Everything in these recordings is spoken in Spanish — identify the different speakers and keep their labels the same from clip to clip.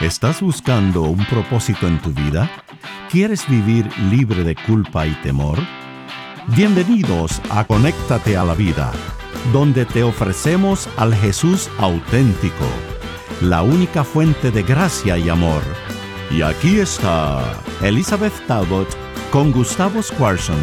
Speaker 1: ¿Estás buscando un propósito en tu vida? ¿Quieres vivir libre de culpa y temor? Bienvenidos a Conéctate a la Vida, donde te ofrecemos al Jesús auténtico, la única fuente de gracia y amor. Y aquí está Elizabeth Talbot con Gustavo Squarson.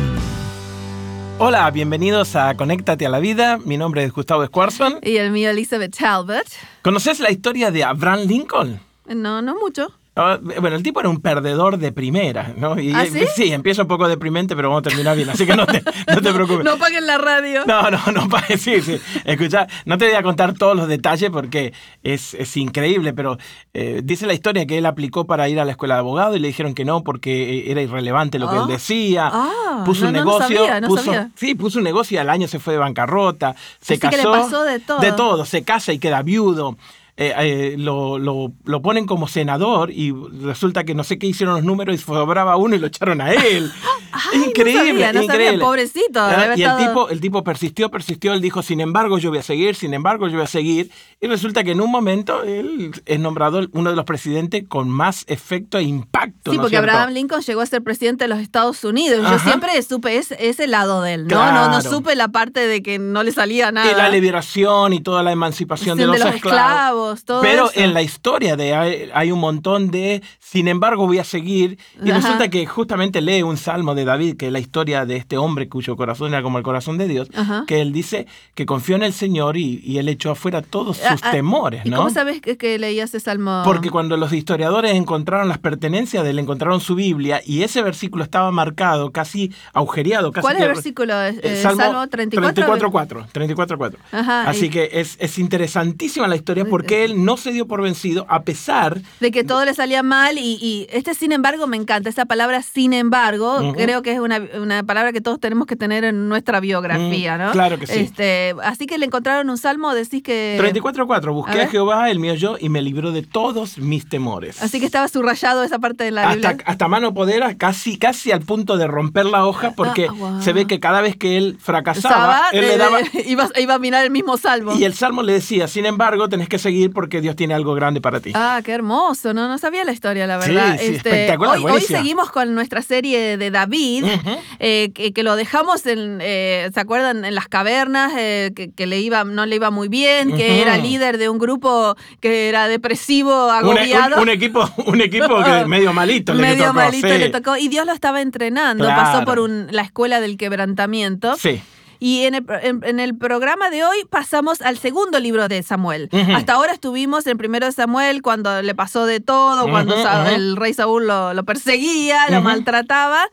Speaker 2: Hola, bienvenidos a Conéctate a la Vida. Mi nombre es Gustavo Squarson.
Speaker 3: Y el mío, Elizabeth Talbot.
Speaker 2: ¿Conoces la historia de Abraham Lincoln?
Speaker 3: No, no mucho.
Speaker 2: Ah, Bueno, el tipo era un perdedor de primera, ¿no? Y, eh,
Speaker 3: ¿Ah, sí?
Speaker 2: empieza un poco deprimente, pero vamos a terminar bien, así que no te, no te preocupes.
Speaker 3: No paguen la radio.
Speaker 2: No, no, no, pa- sí, sí. Escucha, no te voy a contar todos los detalles porque es, es increíble, pero eh, dice la historia que él aplicó para ir a la escuela de abogado y le dijeron que no porque eh, era irrelevante lo que
Speaker 3: Ah.
Speaker 2: él decía.
Speaker 3: Ah,
Speaker 2: puso un
Speaker 3: no, no, no
Speaker 2: negocio.
Speaker 3: sabía, no
Speaker 2: puso,
Speaker 3: sabía.
Speaker 2: Sí, puso un negocio y al año se fue de bancarrota. Se
Speaker 3: Así
Speaker 2: casó.
Speaker 3: que le pasó de todo.
Speaker 2: De todo. Se casa y queda viudo. Eh, eh, lo, lo- lo ponen como senador y resulta que no sé qué hicieron los números y sobraba uno y lo echaron a él.
Speaker 3: Ay, no
Speaker 2: increíble,
Speaker 3: sabía, no sabía,
Speaker 2: increíble.
Speaker 3: pobrecito,
Speaker 2: Ah,
Speaker 3: debe haber
Speaker 2: Y el
Speaker 3: estado-
Speaker 2: tipo el tipo persistió, persistió, él dijo, sin embargo, yo voy a seguir, sin embargo, yo voy a seguir. Y resulta que en un momento él es nombrado el- uno de los presidentes con más efecto e impacto.
Speaker 3: Sí,
Speaker 2: ¿no es
Speaker 3: porque
Speaker 2: cierto?
Speaker 3: Abraham Lincoln llegó a ser presidente de los Estados Unidos. Yo
Speaker 2: Ajá.
Speaker 3: siempre supe ese, ese lado de él. No, no, no
Speaker 2: Claro.
Speaker 3: supe la parte de que no le salía nada.
Speaker 2: Y la liberación y toda la emancipación de los, esclavos.
Speaker 3: todo
Speaker 2: Pero
Speaker 3: eso.
Speaker 2: en la historia de hay, hay un montón de, sin embargo, voy a seguir. Y
Speaker 3: Ajá.
Speaker 2: resulta que justamente lee un salmo de David, que es la historia de este hombre cuyo corazón era como el corazón de Dios,
Speaker 3: Ajá.
Speaker 2: que él dice que confió en el Señor y, y él echó afuera todos sus
Speaker 3: Ah, ah,
Speaker 2: temores,
Speaker 3: ¿Y
Speaker 2: ¿no?
Speaker 3: cómo sabes que, que leías ese salmo?
Speaker 2: Porque cuando los historiadores encontraron las pertenencias de él, encontraron su Biblia y ese versículo estaba marcado, casi agujereado. Casi
Speaker 3: ¿Cuál es
Speaker 2: que-
Speaker 3: el versículo? Eh,
Speaker 2: Eh,
Speaker 3: Salmo, 34.
Speaker 2: 34.4, 34.4.
Speaker 3: Ajá,
Speaker 2: Así
Speaker 3: y- Eh,
Speaker 2: que es, es interesantísima la historia porque él no se dio por vencido a pesar...
Speaker 3: De que todo le salía mal y, y este sin embargo me encanta, esa palabra sin embargo
Speaker 2: Ujú.
Speaker 3: creo que es una, una palabra que todos tenemos que tener en nuestra biografía,
Speaker 2: Mm,
Speaker 3: ¿no?
Speaker 2: claro que sí.
Speaker 3: Este, así que le encontraron un salmo, decís que...
Speaker 2: 34.4,
Speaker 3: Eh, a
Speaker 2: busqué a,
Speaker 3: ver.
Speaker 2: Jehová, el mío yo, y me libró de todos mis temores.
Speaker 3: Así que estaba subrayado esa parte de la
Speaker 2: hasta,
Speaker 3: Biblia.
Speaker 2: hasta mano podera, casi, casi al punto de romper la hoja porque
Speaker 3: Ah, wow.
Speaker 2: se ve que cada vez que él fracasaba,
Speaker 3: Estaba,
Speaker 2: él le
Speaker 3: de-
Speaker 2: daba...
Speaker 3: de- eh, iba, iba a mirar el mismo salmo.
Speaker 2: Y el salmo le decía, sin embargo, tenés que seguir porque Dios tiene algo grande para ti.
Speaker 3: Ah, qué hermoso, no, no sabía la historia, la
Speaker 2: Sí,
Speaker 3: verdad. Este,
Speaker 2: sí, espectacular,
Speaker 3: hoy, hoy
Speaker 2: buenísima. Mm.
Speaker 3: seguimos con nuestra serie de David,
Speaker 2: Ujú.
Speaker 3: eh, que, que lo dejamos en, eh, ¿se acuerdan? En las cavernas, eh, que, que le iba, no le iba muy bien, que
Speaker 2: Ujú.
Speaker 3: era líder de un grupo que era depresivo,
Speaker 2: Un- un-
Speaker 3: agobiado.
Speaker 2: Un, equipo, un equipo que medio malito le
Speaker 3: medio
Speaker 2: tocó,
Speaker 3: malito
Speaker 2: sí.
Speaker 3: le tocó y Dios lo estaba entrenando,
Speaker 2: Claro.
Speaker 3: pasó por un- la escuela del quebrantamiento
Speaker 2: Sí.
Speaker 3: y en el, pro- en- en el programa de hoy pasamos al segundo libro de Samuel.
Speaker 2: Ujú.
Speaker 3: Hasta ahora estuvimos en primero de Samuel cuando le pasó de todo, cuando
Speaker 2: Ujú,
Speaker 3: Sa-
Speaker 2: ujú.
Speaker 3: el rey Saúl lo, lo perseguía, lo
Speaker 2: Ujú.
Speaker 3: maltrataba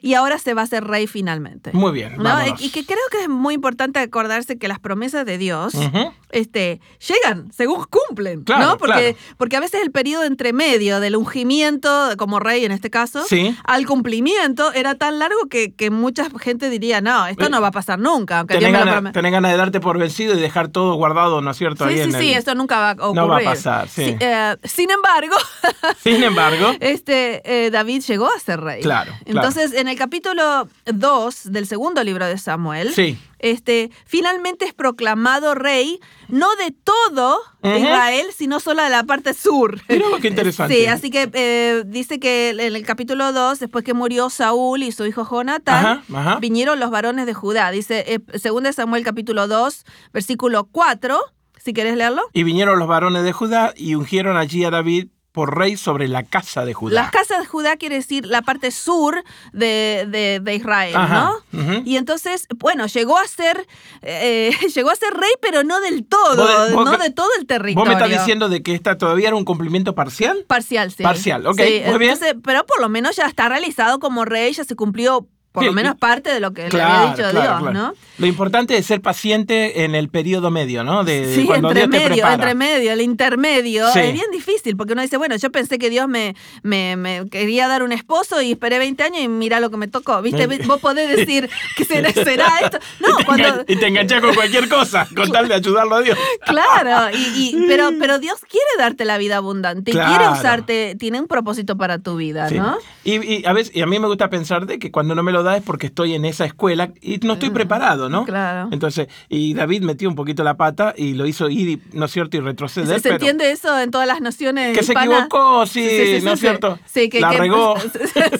Speaker 3: y ahora se va a ser rey finalmente.
Speaker 2: Muy bien.
Speaker 3: ¿No?
Speaker 2: vámonos.
Speaker 3: Y y que creo que es muy importante acordarse que las promesas de Dios
Speaker 2: Ujú.
Speaker 3: este, llegan según cumplen,
Speaker 2: Claro,
Speaker 3: ¿no? Porque, porque a veces el periodo entre medio del ungimiento, como rey en este caso,
Speaker 2: Sí.
Speaker 3: al cumplimiento era tan largo que, que mucha gente diría, no, esto no va a pasar nunca, aunque Dios
Speaker 2: Tenés
Speaker 3: me lo
Speaker 2: ganas,
Speaker 3: prometa.
Speaker 2: tenés ganas de darte por vencido y dejar todo guardado, ¿no es cierto?
Speaker 3: Sí,
Speaker 2: Ahí
Speaker 3: sí,
Speaker 2: en
Speaker 3: sí,
Speaker 2: el-
Speaker 3: esto nunca va a ocurrir.
Speaker 2: No va a pasar, sí.
Speaker 3: eh, sin embargo,
Speaker 2: Sin embargo,
Speaker 3: este, eh, David llegó a ser rey.
Speaker 2: Claro, claro.
Speaker 3: Entonces, en el capítulo 2 del segundo libro de Samuel,
Speaker 2: sí.
Speaker 3: este, finalmente es proclamado rey, no de todo
Speaker 2: Ujú.
Speaker 3: Israel, sino solo de la parte sur.
Speaker 2: Mira vos qué interesante.
Speaker 3: Sí, así que eh, dice que en el capítulo 2, después que murió Saúl y su hijo Jonatán,
Speaker 2: Ajá, ajá.
Speaker 3: vinieron los varones de Judá. Dice, eh, 2 Samuel capítulo 2, versículo 4, si querés leerlo.
Speaker 2: Y vinieron los varones de Judá y ungieron allí a David por rey sobre la casa de Judá.
Speaker 3: Las casas de Judá quiere decir la parte sur de, de- de Israel,
Speaker 2: Ajá,
Speaker 3: ¿no?
Speaker 2: ujú.
Speaker 3: Y entonces, bueno, llegó a ser eh, llegó a ser rey, pero no del todo,
Speaker 2: Vos de- vos
Speaker 3: no
Speaker 2: que-
Speaker 3: de todo el territorio.
Speaker 2: ¿Vos me estás diciendo de que esta todavía era un cumplimiento parcial?
Speaker 3: Parcial, sí.
Speaker 2: Parcial, ok,
Speaker 3: Sí,
Speaker 2: muy bien.
Speaker 3: entonces, Pero por lo menos ya está realizado como rey, ya se cumplió por
Speaker 2: Sí,
Speaker 3: lo menos
Speaker 2: y-
Speaker 3: parte de lo que le
Speaker 2: Claro,
Speaker 3: había dicho
Speaker 2: claro,
Speaker 3: Dios,
Speaker 2: claro.
Speaker 3: ¿no?
Speaker 2: Lo importante es ser paciente en el periodo medio, ¿no? De, de
Speaker 3: Sí,
Speaker 2: Eh, cuando
Speaker 3: entre
Speaker 2: Dios te
Speaker 3: medio,
Speaker 2: prepara.
Speaker 3: entre medio, el intermedio.
Speaker 2: Sí.
Speaker 3: Es bien difícil porque uno dice, bueno, yo pensé que Dios me, me, me quería dar un esposo y esperé 20 años y mira lo que me tocó. ¿Viste?
Speaker 2: Mm.
Speaker 3: Vos podés decir que será, será esto. No,
Speaker 2: Y te
Speaker 3: cuando.
Speaker 2: engan- Y te enganchás con cualquier cosa, con tal de ayudarlo a Dios.
Speaker 3: Claro, y, y- pero, pero Dios quiere darte la vida abundante y quiere
Speaker 2: Claro.
Speaker 3: usarte, tiene un propósito para tu vida,
Speaker 2: Sí.
Speaker 3: ¿no?
Speaker 2: Y, y a veces, y a mí me gusta pensar de que cuando no me lo verdad es porque estoy en esa escuela y no estoy
Speaker 3: Mm,
Speaker 2: preparado, ¿no?
Speaker 3: claro.
Speaker 2: Entonces, y David metió un poquito la pata y lo hizo ir, y- ¿no es cierto? Y
Speaker 3: ¿Se,
Speaker 2: retroceder.
Speaker 3: se
Speaker 2: pero-
Speaker 3: entiende eso en todas las nociones?
Speaker 2: Que se
Speaker 3: hispanas?
Speaker 2: equivocó, sí, ¿no es cierto?
Speaker 3: Sí, que,
Speaker 2: La
Speaker 3: que-
Speaker 2: regó.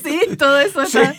Speaker 3: sí, todo eso.
Speaker 2: Sí.
Speaker 3: está.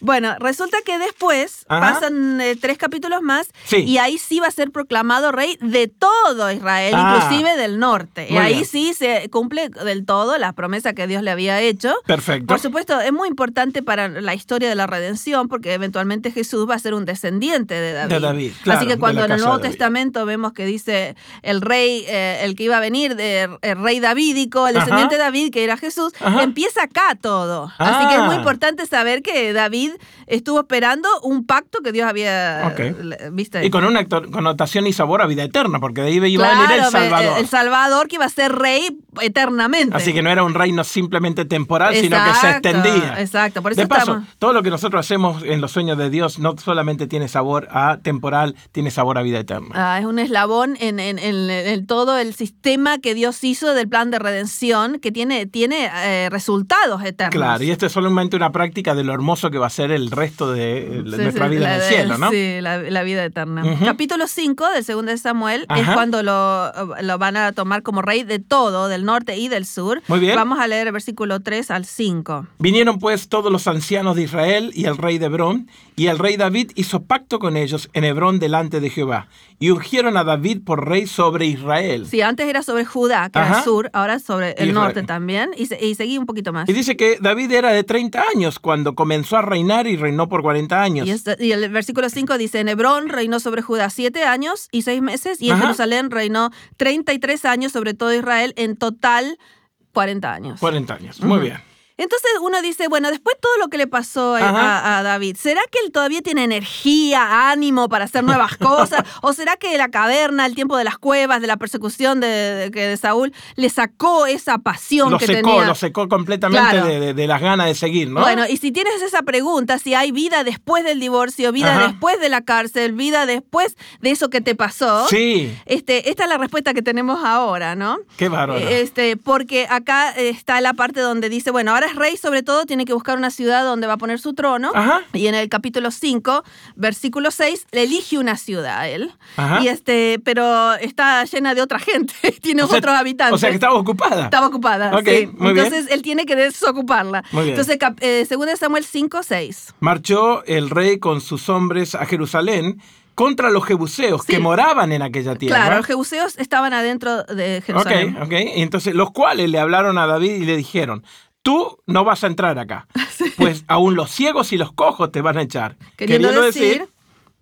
Speaker 3: Bueno, resulta que después
Speaker 2: Ajá.
Speaker 3: pasan eh, tres capítulos más
Speaker 2: Sí.
Speaker 3: y ahí sí va a ser proclamado rey de todo Israel,
Speaker 2: Ah.
Speaker 3: inclusive del norte. Y
Speaker 2: Muy
Speaker 3: ahí
Speaker 2: bien.
Speaker 3: sí se cumple del todo la promesa que Dios le había hecho.
Speaker 2: Perfecto.
Speaker 3: Por supuesto, es muy importante para la historia de la redención porque eventualmente Jesús va a ser un descendiente de David.
Speaker 2: De David, claro,
Speaker 3: Así
Speaker 2: de
Speaker 3: que
Speaker 2: la
Speaker 3: cuando en el
Speaker 2: casa
Speaker 3: Nuevo
Speaker 2: de David.
Speaker 3: Testamento vemos que dice el rey, eh, el que iba a venir, de- el rey davídico, el
Speaker 2: Ajá.
Speaker 3: descendiente de David, que era Jesús,
Speaker 2: Ajá.
Speaker 3: empieza acá todo. Así que es muy
Speaker 2: Ah.
Speaker 3: importante saber que David estuvo esperando un pacto que Dios había...
Speaker 2: Ok.
Speaker 3: le- ¿Viste?
Speaker 2: Y con una acto- connotación y sabor a vida eterna, porque de ahí iba a venir
Speaker 3: Claro, eh,
Speaker 2: el Salvador.
Speaker 3: el Salvador que iba a ser rey eternamente.
Speaker 2: Así que no era un reino simplemente temporal, sino que se
Speaker 3: Exacto,
Speaker 2: extendía.
Speaker 3: exacto. Por eso
Speaker 2: de paso,
Speaker 3: estamos-
Speaker 2: todo lo que nosotros hacemos en los sueños de Dios no solamente tiene sabor a temporal, tiene sabor a vida eterna.
Speaker 3: Ah, es un eslabón en, en- en- en todo el sistema que Dios hizo del plan de redención que tiene, tiene eh, resultados eternos.
Speaker 2: Claro, y esto es solamente una práctica de lo hermoso que va a ser el resto de eh,
Speaker 3: Sí,
Speaker 2: nuestra
Speaker 3: sí,
Speaker 2: vida en el
Speaker 3: la-
Speaker 2: cielo, ¿no?
Speaker 3: Sí, la, la vida eterna.
Speaker 2: Ujú.
Speaker 3: Capítulo 5 del segundo de Samuel es
Speaker 2: Ajá.
Speaker 3: cuando lo, lo van a tomar como rey de todo, del norte y del sur.
Speaker 2: Muy bien.
Speaker 3: Vamos a leer el versículo 3 al 5.
Speaker 2: Vinieron pues todos los ancianos de Israel y el rey de Hebrón, y el rey David hizo pacto con ellos en Hebrón delante de Jehová, y ungieron a David por rey sobre Israel.
Speaker 3: Sí, antes era sobre Judá, que era
Speaker 2: Ajá.
Speaker 3: el sur, ahora sobre el
Speaker 2: Israel.
Speaker 3: norte también. Y, se- y seguí un poquito más.
Speaker 2: Y dice que David era de 30 años cuando comenzó a reinar y reinó por 40 años.
Speaker 3: Y, es- y el versículo 5 dice, en Hebrón reinó sobre Judá siete años y seis meses, y en
Speaker 2: Ajá.
Speaker 3: Jerusalén reinó 33 años sobre todo Israel, en total 40 años.
Speaker 2: 40 años, muy
Speaker 3: Ujú.
Speaker 2: bien.
Speaker 3: Entonces uno dice, bueno, después todo lo que le pasó a,
Speaker 2: Ajá.
Speaker 3: a- a David, ¿será que él todavía tiene energía, ánimo para hacer nuevas cosas? ¿O será que la caverna, el tiempo de las cuevas, de la persecución de, de- que de Saúl, le sacó esa pasión
Speaker 2: Lo
Speaker 3: que
Speaker 2: secó,
Speaker 3: tenía?
Speaker 2: lo secó completamente
Speaker 3: Claro.
Speaker 2: de, de- de las ganas de seguir, ¿no?
Speaker 3: Bueno, y si tienes esa pregunta, si hay vida después del divorcio, vida
Speaker 2: Ajá.
Speaker 3: después de la cárcel, vida después de eso que te pasó,
Speaker 2: Sí,
Speaker 3: este, esta es la respuesta que tenemos ahora, ¿no?
Speaker 2: qué bárbaro.
Speaker 3: Este, porque acá eh, está la parte donde dice, bueno, ahora es rey sobre todo, tiene que buscar una ciudad donde va a poner su trono.
Speaker 2: Ajá,
Speaker 3: Y en el capítulo 5, versículo 6, le elige una ciudad a él.
Speaker 2: ajá.
Speaker 3: Y este, pero está llena de otra gente, tiene
Speaker 2: O sea-
Speaker 3: otros habitantes.
Speaker 2: O sea que estaba ocupada.
Speaker 3: Estaba ocupada.
Speaker 2: Ah. Ok,
Speaker 3: sí.
Speaker 2: muy bien.
Speaker 3: Entonces él tiene que desocuparla.
Speaker 2: Muy bien.
Speaker 3: Entonces, cap- eh, según de Samuel 5, 6.
Speaker 2: Marchó el rey con sus hombres a Jerusalén contra los jebuseos
Speaker 3: Sí.
Speaker 2: que moraban en aquella tierra.
Speaker 3: Claro, los jebuseos estaban adentro de Jerusalén.
Speaker 2: Ok, ok. Entonces, los cuales le hablaron a David y le dijeron, tú no vas a entrar acá, pues aún los ciegos y los cojos te van a echar.
Speaker 3: Queriendo, decir,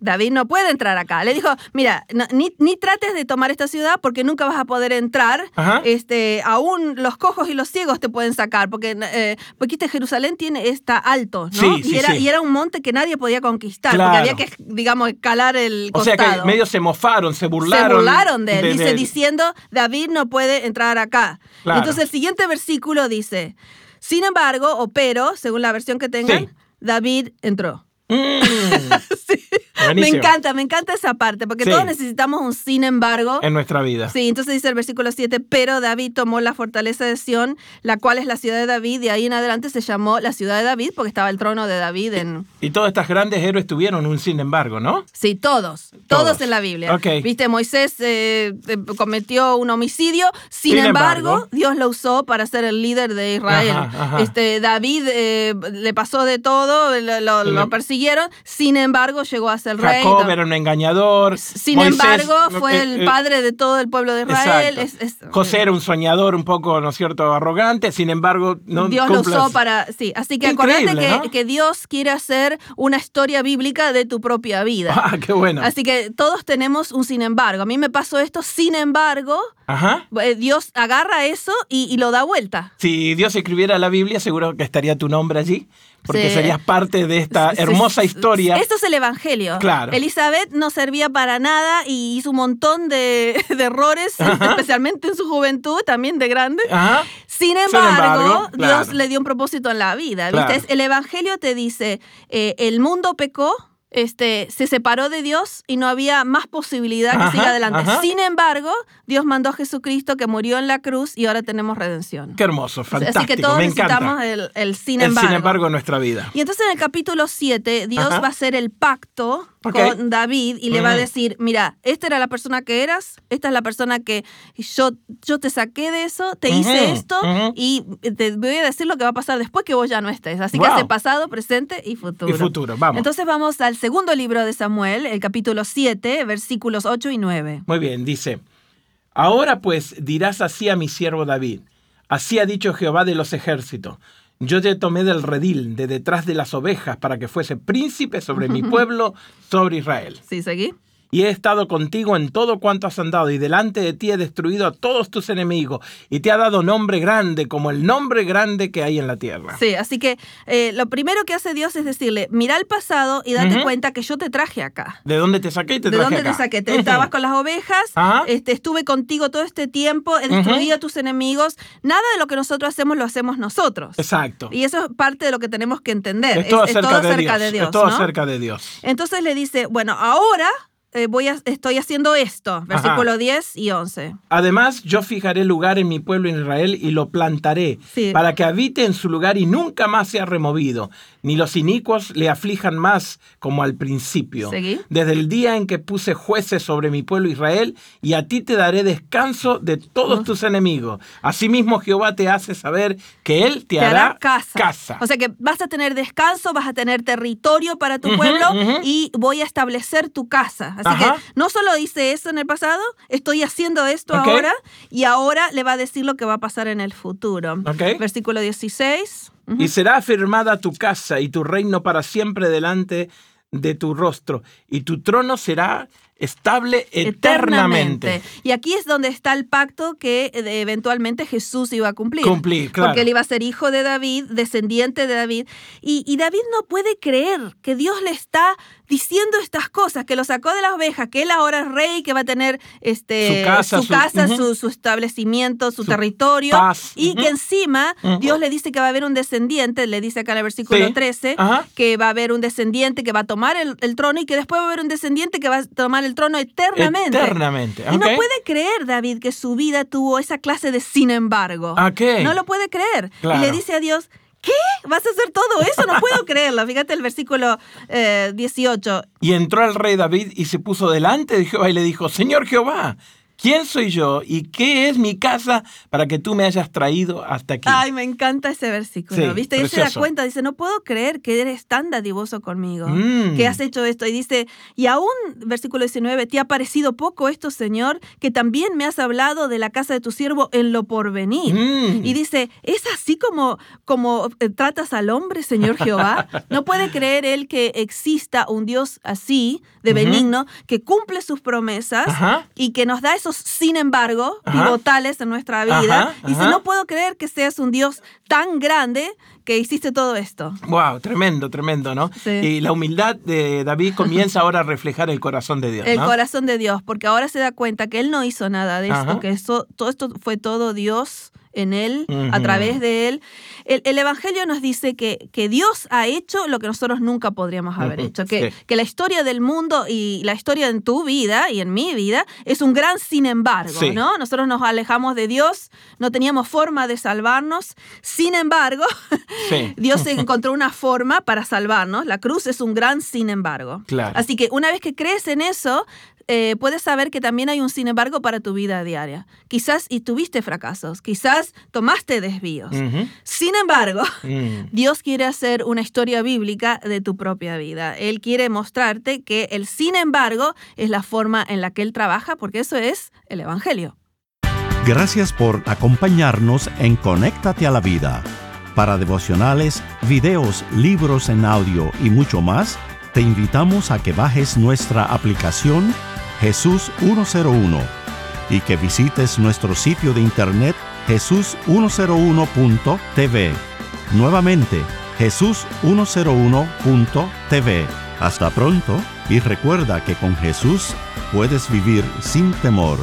Speaker 3: David no puede entrar acá. Le dijo, mira, no- ni, ni trates de tomar esta ciudad porque nunca vas a poder entrar.
Speaker 2: Ajá.
Speaker 3: Este, aún los cojos y los ciegos te pueden sacar porque, eh, porque este Jerusalén tiene, está alto, ¿no?
Speaker 2: Sí,
Speaker 3: y,
Speaker 2: sí,
Speaker 3: era,
Speaker 2: sí.
Speaker 3: y era un monte que nadie podía conquistar
Speaker 2: Claro.
Speaker 3: porque había que, digamos, escalar el
Speaker 2: o
Speaker 3: costado.
Speaker 2: sea que medio se mofaron, se burlaron.
Speaker 3: se burlaron de él, dice,
Speaker 2: del-
Speaker 3: diciendo, David no puede entrar acá.
Speaker 2: Claro.
Speaker 3: Entonces el siguiente versículo dice, sin embargo, o pero, según la versión que tengan,
Speaker 2: Sí.
Speaker 3: David entró.
Speaker 2: Mm.
Speaker 3: Sí. Me
Speaker 2: Buenísimo.
Speaker 3: encanta, me encanta esa parte, porque
Speaker 2: Sí.
Speaker 3: todos necesitamos un sin embargo.
Speaker 2: En nuestra vida.
Speaker 3: Sí, entonces dice el versículo 7, pero David tomó la fortaleza de Sión, la cual es la ciudad de David, y ahí en adelante se llamó la ciudad de David, porque estaba el trono de David en...
Speaker 2: Y todos estos grandes héroes tuvieron un sin embargo, ¿no?
Speaker 3: Sí, todos, todos,
Speaker 2: Todos.
Speaker 3: en la Biblia.
Speaker 2: Ok.
Speaker 3: Viste, Moisés eh, eh, cometió un homicidio, sin,
Speaker 2: Sin
Speaker 3: embargo,
Speaker 2: embargo,
Speaker 3: Dios lo usó para ser el líder de Israel.
Speaker 2: Ajá, ajá.
Speaker 3: Este, David eh, le pasó de todo, lo, lo-
Speaker 2: Sin
Speaker 3: lo
Speaker 2: em-
Speaker 3: persiguieron, sin embargo llegó a ser rey.
Speaker 2: Jacob era un engañador.
Speaker 3: Sin
Speaker 2: Moisés-
Speaker 3: embargo, fue
Speaker 2: eh,
Speaker 3: el
Speaker 2: eh,
Speaker 3: padre de todo el pueblo de Israel.
Speaker 2: Exacto.
Speaker 3: Es- es-
Speaker 2: José era un soñador un poco, ¿no es cierto?, arrogante. Sin embargo, no
Speaker 3: Dios lo
Speaker 2: cumplas-
Speaker 3: usó para. Sí, así que
Speaker 2: Increíble,
Speaker 3: acordate que,
Speaker 2: ¿no?
Speaker 3: que Dios quiere hacer una historia bíblica de tu propia vida.
Speaker 2: Ah, qué bueno.
Speaker 3: Así que todos tenemos un sin embargo. A mí me pasó esto, sin embargo,
Speaker 2: Ajá.
Speaker 3: eh, Dios agarra eso y, y lo da vuelta.
Speaker 2: Si Dios escribiera la Biblia, seguro que estaría tu nombre allí, porque
Speaker 3: Sí.
Speaker 2: serías parte de esta
Speaker 3: Sí,
Speaker 2: hermosa
Speaker 3: sí,
Speaker 2: historia.
Speaker 3: Esto es el Evangelio.
Speaker 2: Claro.
Speaker 3: Elizabeth no servía para nada y hizo un montón de, de errores, especialmente en su juventud, también de grande.
Speaker 2: Ajá.
Speaker 3: Sin embargo,
Speaker 2: embargo,
Speaker 3: Dios
Speaker 2: claro.
Speaker 3: le dio un propósito en la vida. ¿viste?
Speaker 2: Claro.
Speaker 3: Es- El Evangelio te dice, eh, el mundo pecó, este, se separó de Dios y no había más posibilidad que
Speaker 2: Ajá,
Speaker 3: siga adelante.
Speaker 2: ajá.
Speaker 3: Sin embargo, Dios mandó a Jesucristo que murió en la cruz y ahora tenemos redención.
Speaker 2: Qué hermoso, fantástico.
Speaker 3: Así que todos
Speaker 2: me
Speaker 3: necesitamos
Speaker 2: encanta.
Speaker 3: el, el sin
Speaker 2: El
Speaker 3: embargo.
Speaker 2: sin embargo en nuestra vida.
Speaker 3: Y entonces en el capítulo 7, Dios
Speaker 2: Ajá.
Speaker 3: va a hacer el pacto
Speaker 2: Ok.
Speaker 3: con David y le va a
Speaker 2: Mm.
Speaker 3: decir, mira, esta era la persona que eras, esta es la persona que yo, yo te saqué de eso, te hice
Speaker 2: Ujú,
Speaker 3: esto
Speaker 2: ujú.
Speaker 3: y te voy a decir lo que va a pasar después que vos ya no estés. Así que
Speaker 2: Wow.
Speaker 3: hace pasado, presente y futuro.
Speaker 2: Y futuro, vamos.
Speaker 3: Entonces vamos al segundo libro de Samuel, el capítulo 7, versículos 8 y 9.
Speaker 2: Muy bien, dice, ahora pues dirás así a mi siervo David, así ha dicho Jehová de los ejércitos, yo te tomé del redil, de detrás de las ovejas, para que fuese príncipe sobre mi pueblo, sobre Israel.
Speaker 3: ¿Sí seguí?
Speaker 2: Y he estado contigo en todo cuanto has andado, y delante de ti he destruido a todos tus enemigos, y te ha dado nombre grande, como el nombre grande que hay en la tierra.
Speaker 3: Sí, así que eh, lo primero que hace Dios es decirle, mira el pasado y date
Speaker 2: Ujú.
Speaker 3: cuenta que yo te traje acá.
Speaker 2: ¿De dónde te saqué y te
Speaker 3: ¿De
Speaker 2: traje
Speaker 3: dónde
Speaker 2: acá?
Speaker 3: te saqué? Te
Speaker 2: Ujú. Ah.
Speaker 3: estabas con las ovejas,
Speaker 2: Ajá.
Speaker 3: este, estuve contigo todo este tiempo, he destruido a tus enemigos. Nada de lo que nosotros hacemos lo hacemos nosotros.
Speaker 2: Exacto.
Speaker 3: Y eso es parte de lo que tenemos que entender.
Speaker 2: Es todo
Speaker 3: Es- es
Speaker 2: acerca,
Speaker 3: todo acerca
Speaker 2: de, Dios.
Speaker 3: de Dios,
Speaker 2: Es todo
Speaker 3: ¿no?
Speaker 2: acerca de Dios.
Speaker 3: Entonces le dice, bueno, ahora eh, voy a, estoy haciendo esto, versículo 10 y 11.
Speaker 2: Además, yo fijaré lugar en mi pueblo Israel y lo plantaré,
Speaker 3: Sí.
Speaker 2: para que habite en su lugar y nunca más sea removido, ni los inicuos le aflijan más como al principio.
Speaker 3: Seguí.
Speaker 2: Desde el día en que puse jueces sobre mi pueblo Israel, y a ti te daré descanso de todos tus enemigos. Asimismo, Jehová te hace saber que Él te,
Speaker 3: Te hará casa.
Speaker 2: casa.
Speaker 3: O sea que vas a tener descanso, vas a tener territorio para tu
Speaker 2: Ujú,
Speaker 3: pueblo
Speaker 2: ujú.
Speaker 3: y voy a establecer tu casa. Así
Speaker 2: Ajá.
Speaker 3: que no solo hice eso en el pasado, estoy haciendo esto
Speaker 2: Ok.
Speaker 3: ahora y ahora le va a decir lo que va a pasar en el futuro.
Speaker 2: Ok.
Speaker 3: Versículo 16. Ujú.
Speaker 2: Y será afirmada tu casa y tu reino para siempre delante de tu rostro, y tu trono será estable eternamente.
Speaker 3: Y aquí es donde está el pacto que eh, eventualmente Jesús iba a cumplir.
Speaker 2: Cumplir, claro.
Speaker 3: Porque él iba a ser hijo de David, descendiente de David. Y, y David no puede creer que Dios le está diciendo estas cosas, que lo sacó de las ovejas, que él ahora es rey, que va a tener este,
Speaker 2: Su casa,
Speaker 3: su,
Speaker 2: su-
Speaker 3: casa,
Speaker 2: ujú.
Speaker 3: su- su establecimiento, su,
Speaker 2: Su
Speaker 3: territorio.
Speaker 2: paz,
Speaker 3: Y
Speaker 2: ujú.
Speaker 3: que encima
Speaker 2: Ujú.
Speaker 3: Dios le dice que va a haber un descendiente, le dice acá en el versículo
Speaker 2: Sí. Ah.
Speaker 3: 13,
Speaker 2: Ajá.
Speaker 3: que va a haber un descendiente que va a tomar el, el trono y que después va a haber un descendiente que va a tomar el trono eternamente.
Speaker 2: Eternamente.
Speaker 3: Y no
Speaker 2: ¿ok?
Speaker 3: puede creer, David, que su vida tuvo esa clase de sin embargo.
Speaker 2: ¿A qué?
Speaker 3: No lo puede creer. Y le
Speaker 2: Claro.
Speaker 3: dice a Dios, ¿qué? ¿Vas a hacer todo eso? No puedo creerlo. Fíjate el versículo eh, 18.
Speaker 2: Y entró el rey David y se puso delante de Jehová y le dijo, Señor Jehová, ¿quién soy yo y qué es mi casa para que tú me hayas traído hasta aquí?
Speaker 3: Ay, me encanta ese versículo.
Speaker 2: Sí,
Speaker 3: ¿Viste? Él se da
Speaker 2: precioso.
Speaker 3: cuenta, dice, no puedo creer que eres tan dadivoso conmigo,
Speaker 2: Mm.
Speaker 3: que has hecho esto. Y dice, y aún, versículo 19, ¿te ha parecido poco esto, Señor, que también me has hablado de la casa de tu siervo en lo porvenir?
Speaker 2: Mm.
Speaker 3: Y dice, ¿es así como, como eh, tratas al hombre, Señor Jehová? No puede creer él que exista un Dios así, de
Speaker 2: Ujú.
Speaker 3: benigno, que cumple sus promesas
Speaker 2: Ajá.
Speaker 3: y que nos da esos, sin embargo,
Speaker 2: Ajá.
Speaker 3: pivotales en nuestra vida.
Speaker 2: Ajá,
Speaker 3: y dice,
Speaker 2: ajá.
Speaker 3: no puedo creer que seas un Dios tan grande que hiciste todo esto.
Speaker 2: Wow, tremendo, tremendo, ¿no?
Speaker 3: Sí.
Speaker 2: Y la humildad de David comienza ahora a reflejar el corazón de Dios,
Speaker 3: El
Speaker 2: ¿no?
Speaker 3: corazón de Dios, porque ahora se da cuenta que él no hizo nada de esto,
Speaker 2: Ajá.
Speaker 3: que eso, todo esto fue todo Dios en él, a
Speaker 2: Ujú.
Speaker 3: través de él. El, el Evangelio nos dice que, que Dios ha hecho lo que nosotros nunca podríamos haber
Speaker 2: Ujú,
Speaker 3: hecho, que,
Speaker 2: sí.
Speaker 3: que la historia del mundo y la historia en tu vida y en mi vida es un gran sin embargo,
Speaker 2: Sí.
Speaker 3: ¿no? Nosotros nos alejamos de Dios, no teníamos forma de salvarnos, sin embargo,
Speaker 2: Sí.
Speaker 3: Dios encontró una forma para salvarnos. La cruz es un gran sin embargo.
Speaker 2: Claro.
Speaker 3: Así que una vez que crees en eso, eh, puedes saber que también hay un sin embargo para tu vida diaria. Quizás y tuviste fracasos, quizás tomaste desvíos.
Speaker 2: Ujú.
Speaker 3: Sin embargo,
Speaker 2: Mm.
Speaker 3: Dios quiere hacer una historia bíblica de tu propia vida. Él quiere mostrarte que el sin embargo es la forma en la que Él trabaja, porque eso es el Evangelio.
Speaker 1: Gracias por acompañarnos en Conéctate a la Vida. Para devocionales, videos, libros en audio y mucho más, te invitamos a que bajes nuestra aplicación Jesús 101 y que visites nuestro sitio de internet jesús101.tv. Nuevamente, jesús101.tv. Hasta pronto y recuerda que con Jesús puedes vivir sin temor.